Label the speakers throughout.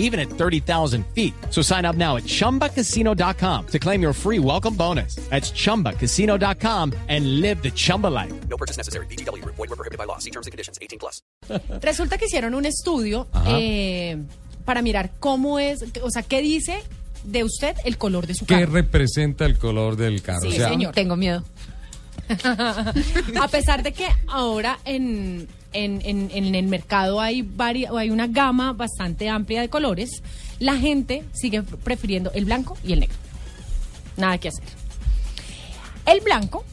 Speaker 1: even at 30,000 feet. So sign up now at ChumbaCasino.com to claim your free welcome bonus. That's ChumbaCasino.com and live the Chumba life.
Speaker 2: No purchase necessary. BGW. Void were prohibited by law. See terms and conditions. 18 plus.
Speaker 3: Resulta que hicieron un estudio eh, para mirar cómo es, o sea, qué dice de usted el color de su
Speaker 4: ¿Qué
Speaker 3: carro.
Speaker 4: representa el color del carro?
Speaker 3: Sí,
Speaker 4: o sea,
Speaker 3: señor.
Speaker 5: Tengo miedo.
Speaker 3: A pesar de que ahora en, en- en- en el mercado hay, vari- o hay una gama bastante amplia de colores, la gente sigue prefiriendo el blanco y el negro. Nada que hacer. El blanco,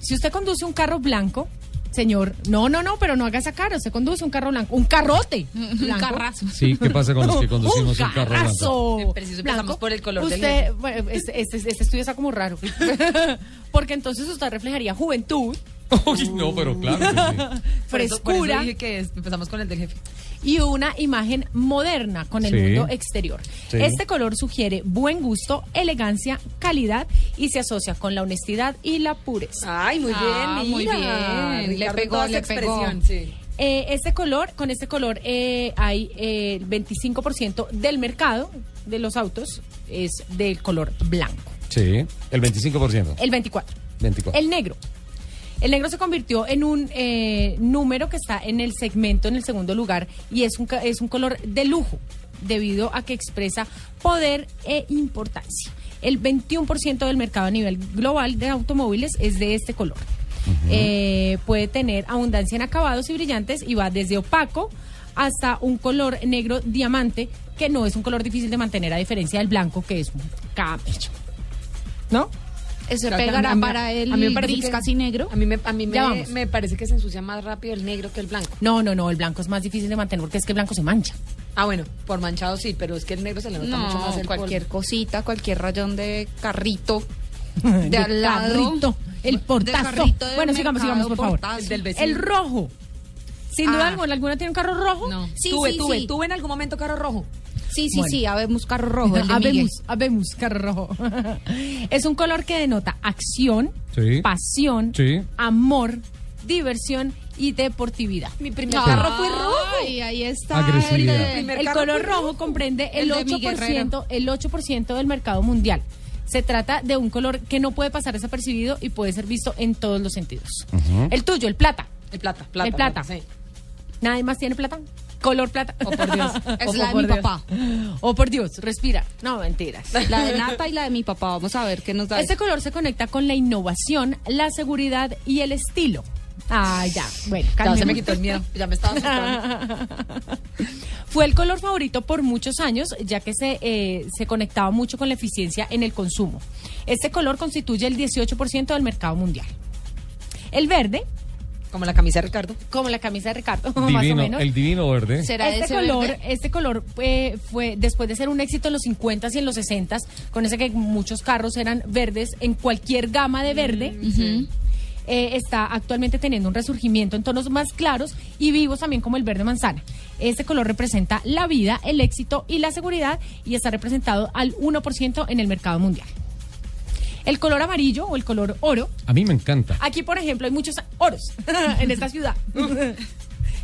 Speaker 3: si usted conduce un carro blanco, señor, no, no, no, pero no haga esa cara, usted conduce un carro blanco, un carrote.
Speaker 5: Un
Speaker 3: blanco.
Speaker 5: carrazo.
Speaker 4: sí, ¿qué pasa con los que conducimos
Speaker 3: un
Speaker 4: un carro blanco?
Speaker 3: carrazo
Speaker 5: Eh, Preciso, empezamos por el color del
Speaker 3: usted,
Speaker 5: negro.
Speaker 3: bueno, este, este- este estudio está como raro. Porque entonces usted reflejaría juventud,
Speaker 4: Uy, no, pero claro. que sí.
Speaker 5: Por eso- por eso
Speaker 3: frescura
Speaker 5: dije que es- empezamos con el del jefe.
Speaker 3: y una imagen moderna con el
Speaker 4: Sí.
Speaker 3: mundo exterior.
Speaker 4: Sí.
Speaker 3: Este color sugiere buen gusto, elegancia, calidad y se asocia con la honestidad y la pureza.
Speaker 6: Ay, muy bien,
Speaker 5: Ah, muy
Speaker 6: mira,
Speaker 5: bien. Le
Speaker 6: Ricardo,
Speaker 5: pegó,
Speaker 6: toda esa
Speaker 5: le pegó.
Speaker 6: expresión, sí.
Speaker 3: Eh, este color, con este color eh, hay eh, el 25% del mercado de los autos es del color blanco.
Speaker 4: Sí, el 25%.
Speaker 3: El 24.
Speaker 4: 24.
Speaker 3: El negro. El negro se convirtió en un eh, número que está en el segmento, en el segundo lugar, y es un, ca- es un color de lujo, debido a que expresa poder e importancia. El 21% del mercado a nivel global de automóviles es de este color. Eh, puede tener abundancia en acabados y brillantes y va desde opaco hasta un color negro diamante, que no es un color difícil de mantener a diferencia del blanco, que es un camello. ¿No?
Speaker 6: Eso
Speaker 5: Pero a mí- a mí me parece que-
Speaker 6: A mí, me, a mí
Speaker 3: Ya
Speaker 6: me,
Speaker 3: vamos.
Speaker 6: me parece que se ensucia más rápido el negro que el blanco.
Speaker 3: No, no, no, el blanco es más difícil de mantener porque es que el blanco se mancha.
Speaker 6: Ah, bueno, por manchado sí, pero es que el negro se le nota mucho más el
Speaker 5: cualquier
Speaker 6: polvo.
Speaker 5: cosita, cualquier rayón de carrito.
Speaker 3: De,
Speaker 5: al lado.
Speaker 3: carrito, el
Speaker 5: De
Speaker 3: portazo.
Speaker 5: carrito de
Speaker 3: bueno, sigamos,
Speaker 5: mercado,
Speaker 3: sigamos, por favor.
Speaker 5: portazo.
Speaker 6: El del vecino.
Speaker 3: El rojo. Sin duda
Speaker 5: Ah.
Speaker 3: alguna, ¿alguna tiene un carro rojo?
Speaker 5: No. Sí,
Speaker 6: tuve,
Speaker 5: sí,
Speaker 6: tuve,
Speaker 5: sí.
Speaker 6: tuve en algún momento carro rojo.
Speaker 5: Sí, sí,
Speaker 3: Bueno.
Speaker 5: sí, habemos carro rojo. El de Miguel.
Speaker 3: habemos, habemos carro rojo. es un color que denota acción,
Speaker 4: Sí.
Speaker 3: pasión,
Speaker 4: Sí.
Speaker 3: amor, diversión y deportividad.
Speaker 6: Mi primer
Speaker 5: Ay,
Speaker 6: carro fue rojo.
Speaker 5: ahí está.
Speaker 4: Agresividad.
Speaker 5: el de-
Speaker 6: primer
Speaker 3: El
Speaker 6: carro
Speaker 3: color
Speaker 6: fue
Speaker 3: rojo comprende el,
Speaker 5: El de mi
Speaker 3: 8%, el 8% del mercado mundial. Se trata de un color que no puede pasar desapercibido y puede ser visto en todos los sentidos. El tuyo, el plata.
Speaker 6: El plata, plata.
Speaker 3: El plata.
Speaker 6: sí.
Speaker 3: ¿Nadie más tiene plata? Color plata.
Speaker 6: Oh, por Dios.
Speaker 5: Es
Speaker 3: O
Speaker 5: la de
Speaker 3: por
Speaker 5: mi
Speaker 3: Dios.
Speaker 5: papá.
Speaker 3: O por Dios, respira. No, mentiras.
Speaker 5: La de Nata y la de mi papá. Vamos a ver qué nos da.
Speaker 3: Este color se conecta con la innovación, la seguridad y el estilo. Ah, ya. Bueno,
Speaker 6: Ya se me
Speaker 3: calmemos.
Speaker 6: quitó el miedo, ya me estaba asustando.
Speaker 3: Fue el color favorito por muchos años, ya que se, eh, se conectaba mucho con la eficiencia en el consumo. Este color constituye el 18% del mercado mundial. El verde,
Speaker 6: Como la camisa de Ricardo.
Speaker 3: como la camisa de Ricardo, más o
Speaker 4: Divino,
Speaker 3: menos.
Speaker 4: el divino verde.
Speaker 5: ¿Será
Speaker 3: Este
Speaker 5: ese
Speaker 3: color,
Speaker 5: verde?
Speaker 3: este color eh, fue después de ser un éxito en los 50s y en los 60s, con ese que muchos carros eran verdes en cualquier gama de verde. eh, está actualmente teniendo un resurgimiento en tonos más claros y vivos también como el verde manzana. Este color representa la vida, el éxito y la seguridad y está representado al 1% en el mercado mundial. El color amarillo o el color oro
Speaker 4: A mí me encanta.
Speaker 3: Aquí, por ejemplo, hay muchos oros en esta ciudad.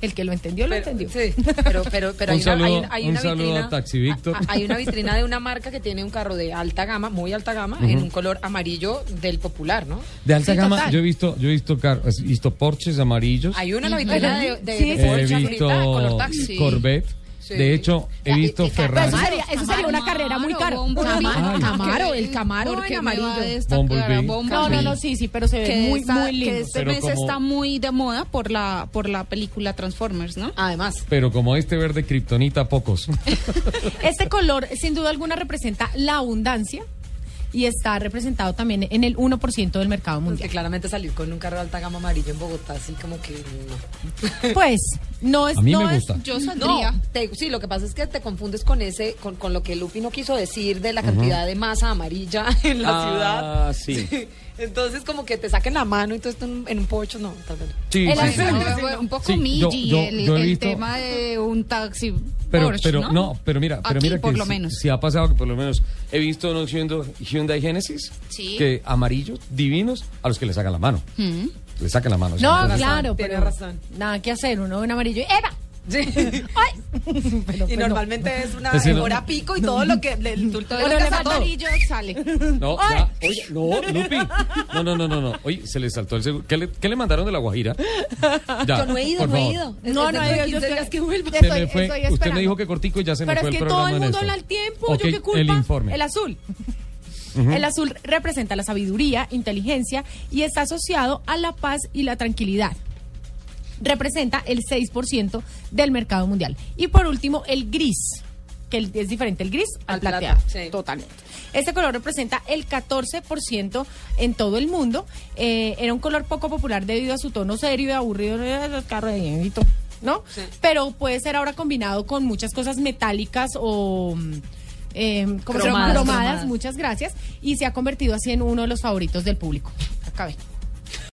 Speaker 3: El que lo entendió, lo
Speaker 6: Pero,
Speaker 3: entendió.
Speaker 6: sí, pero, pero, pero
Speaker 4: Un
Speaker 6: hay, una- hay
Speaker 4: saludo-
Speaker 6: una, hay
Speaker 4: un
Speaker 6: una
Speaker 4: saludo
Speaker 6: vitrina,
Speaker 4: a Taxi Víctor.
Speaker 6: a- hay una vitrina de una marca que tiene un carro de alta gama, muy alta gama, en un color amarillo del popular, ¿no?
Speaker 4: De alta
Speaker 3: Sí,
Speaker 4: gama,
Speaker 3: total.
Speaker 4: yo he visto, yo he visto, car- pues, he visto Porches amarillos.
Speaker 6: Hay una en la vitrina de, de,
Speaker 3: Sí,
Speaker 6: de
Speaker 3: sí,
Speaker 4: he
Speaker 6: Porsche
Speaker 4: visto
Speaker 6: ahorita, color taxi.
Speaker 4: Corvette.
Speaker 6: Sí.
Speaker 4: De hecho, he visto Ferrari.
Speaker 3: Eso sería, eso sería una carrera muy cara.
Speaker 4: Ay.
Speaker 5: Camaro, el Camaro,
Speaker 6: ¿Por qué
Speaker 5: que
Speaker 6: me va a
Speaker 4: Bumblebee.
Speaker 3: No, no, no, sí, sí, pero se ve
Speaker 5: que,
Speaker 3: muy,
Speaker 5: esta-
Speaker 3: muy
Speaker 5: que
Speaker 3: lindo.
Speaker 5: este
Speaker 4: Pero
Speaker 5: mes
Speaker 4: como-
Speaker 5: está muy de moda por la, por la película Transformers, ¿no?
Speaker 6: Además,
Speaker 4: Pero como este verde kriptonita, pocos.
Speaker 3: Este color, sin duda alguna, representa la abundancia y está representado también en el 1% del mercado
Speaker 6: pues que
Speaker 3: mundial.
Speaker 6: claramente salir con un carro de alta gama amarillo en Bogotá, así como que no.
Speaker 3: Pues, no es...
Speaker 4: A mí
Speaker 3: no
Speaker 4: me
Speaker 3: es-
Speaker 4: gusta.
Speaker 5: Yo saldría.
Speaker 6: No, te- sí, lo que pasa es que te confundes con ese, con, con lo que Lupi no quiso decir de la cantidad de masa amarilla en la
Speaker 7: Ah,
Speaker 6: ciudad.
Speaker 7: sí.
Speaker 6: Entonces, como que te saquen la mano y todo esto en, en un pocho, no, tal vez no.
Speaker 4: Sí,
Speaker 5: El
Speaker 4: sí, sí.
Speaker 5: avión, bueno, un poco
Speaker 4: Sí, yo-
Speaker 5: Migi,
Speaker 4: yo-
Speaker 5: el,
Speaker 4: yo he
Speaker 5: el
Speaker 4: visto-
Speaker 5: tema de un taxi.
Speaker 4: Pero,
Speaker 5: Porsche,
Speaker 4: pero
Speaker 5: ¿no?
Speaker 4: ¿no? pero mira, pero
Speaker 5: Aquí,
Speaker 4: mira
Speaker 5: por
Speaker 4: que
Speaker 5: lo
Speaker 4: sí-
Speaker 5: menos.
Speaker 4: sí ha pasado que por lo menos he visto unos Hyundai, Hyundai Genesis
Speaker 5: Sí.
Speaker 4: que amarillos divinos a los que le sacan la mano.
Speaker 5: Hmm.
Speaker 4: Le sacan la mano. sí,
Speaker 3: No,
Speaker 4: entonces-
Speaker 3: claro,
Speaker 6: tiene
Speaker 3: pero
Speaker 6: razón.
Speaker 3: nada que hacer, uno en amarillo y ¡Eva!
Speaker 6: Sí.
Speaker 3: ¡Ay! Pero,
Speaker 6: Y
Speaker 3: pues, no.
Speaker 6: normalmente es una
Speaker 4: Es el-
Speaker 6: hora pico y todo lo que le, tú- tú
Speaker 5: Todo
Speaker 6: le
Speaker 3: Pero
Speaker 5: lo que
Speaker 3: le
Speaker 5: es
Speaker 6: tocas a
Speaker 3: falta
Speaker 6: todo.
Speaker 5: amarillo sale.
Speaker 4: No, ya, oye, no, Lupi. No, no, no, no, no. Oye, se le saltó el seguro. ¿Qué le, qué le mandaron de la Guajira? Ya,
Speaker 6: Yo no he ido,
Speaker 4: por
Speaker 6: no he
Speaker 4: favor.
Speaker 6: ido.
Speaker 3: No,
Speaker 6: Es
Speaker 3: no,
Speaker 6: dentro de
Speaker 3: yo- yo
Speaker 6: 15
Speaker 3: estoy-
Speaker 6: días que vuelva.
Speaker 4: Se
Speaker 5: Estoy-
Speaker 4: me fue-
Speaker 5: estoy
Speaker 4: usted
Speaker 5: esperando.
Speaker 4: me dijo que cortico y ya se me
Speaker 3: Pero
Speaker 4: fue
Speaker 3: es
Speaker 4: el
Speaker 3: que
Speaker 4: programa.
Speaker 3: todo el
Speaker 4: en
Speaker 3: mundo
Speaker 4: esto.
Speaker 3: habla al tiempo,
Speaker 4: Ok,
Speaker 3: yo qué culpa.
Speaker 4: El informe.
Speaker 3: El azul. El azul representa la sabiduría, inteligencia y está asociado a la paz y la tranquilidad. Representa el 6% del mercado mundial. Y por último, el gris, que el- es diferente el gris al,
Speaker 6: Al plata,
Speaker 3: plateado.
Speaker 6: sí.
Speaker 3: Totalmente. Este color representa el 14% en todo el mundo. Eh, era un color poco popular debido a su tono serio y aburrido. eh, los carros de viento, ¿no?
Speaker 6: Sí.
Speaker 3: Pero puede ser ahora combinado con muchas cosas metálicas o. mm, eh, ¿cómo se llama?
Speaker 6: Cromadas.
Speaker 3: cromadas,
Speaker 6: Cromadas.
Speaker 3: muchas gracias. Y se ha convertido así en uno de los favoritos del público. Acabé.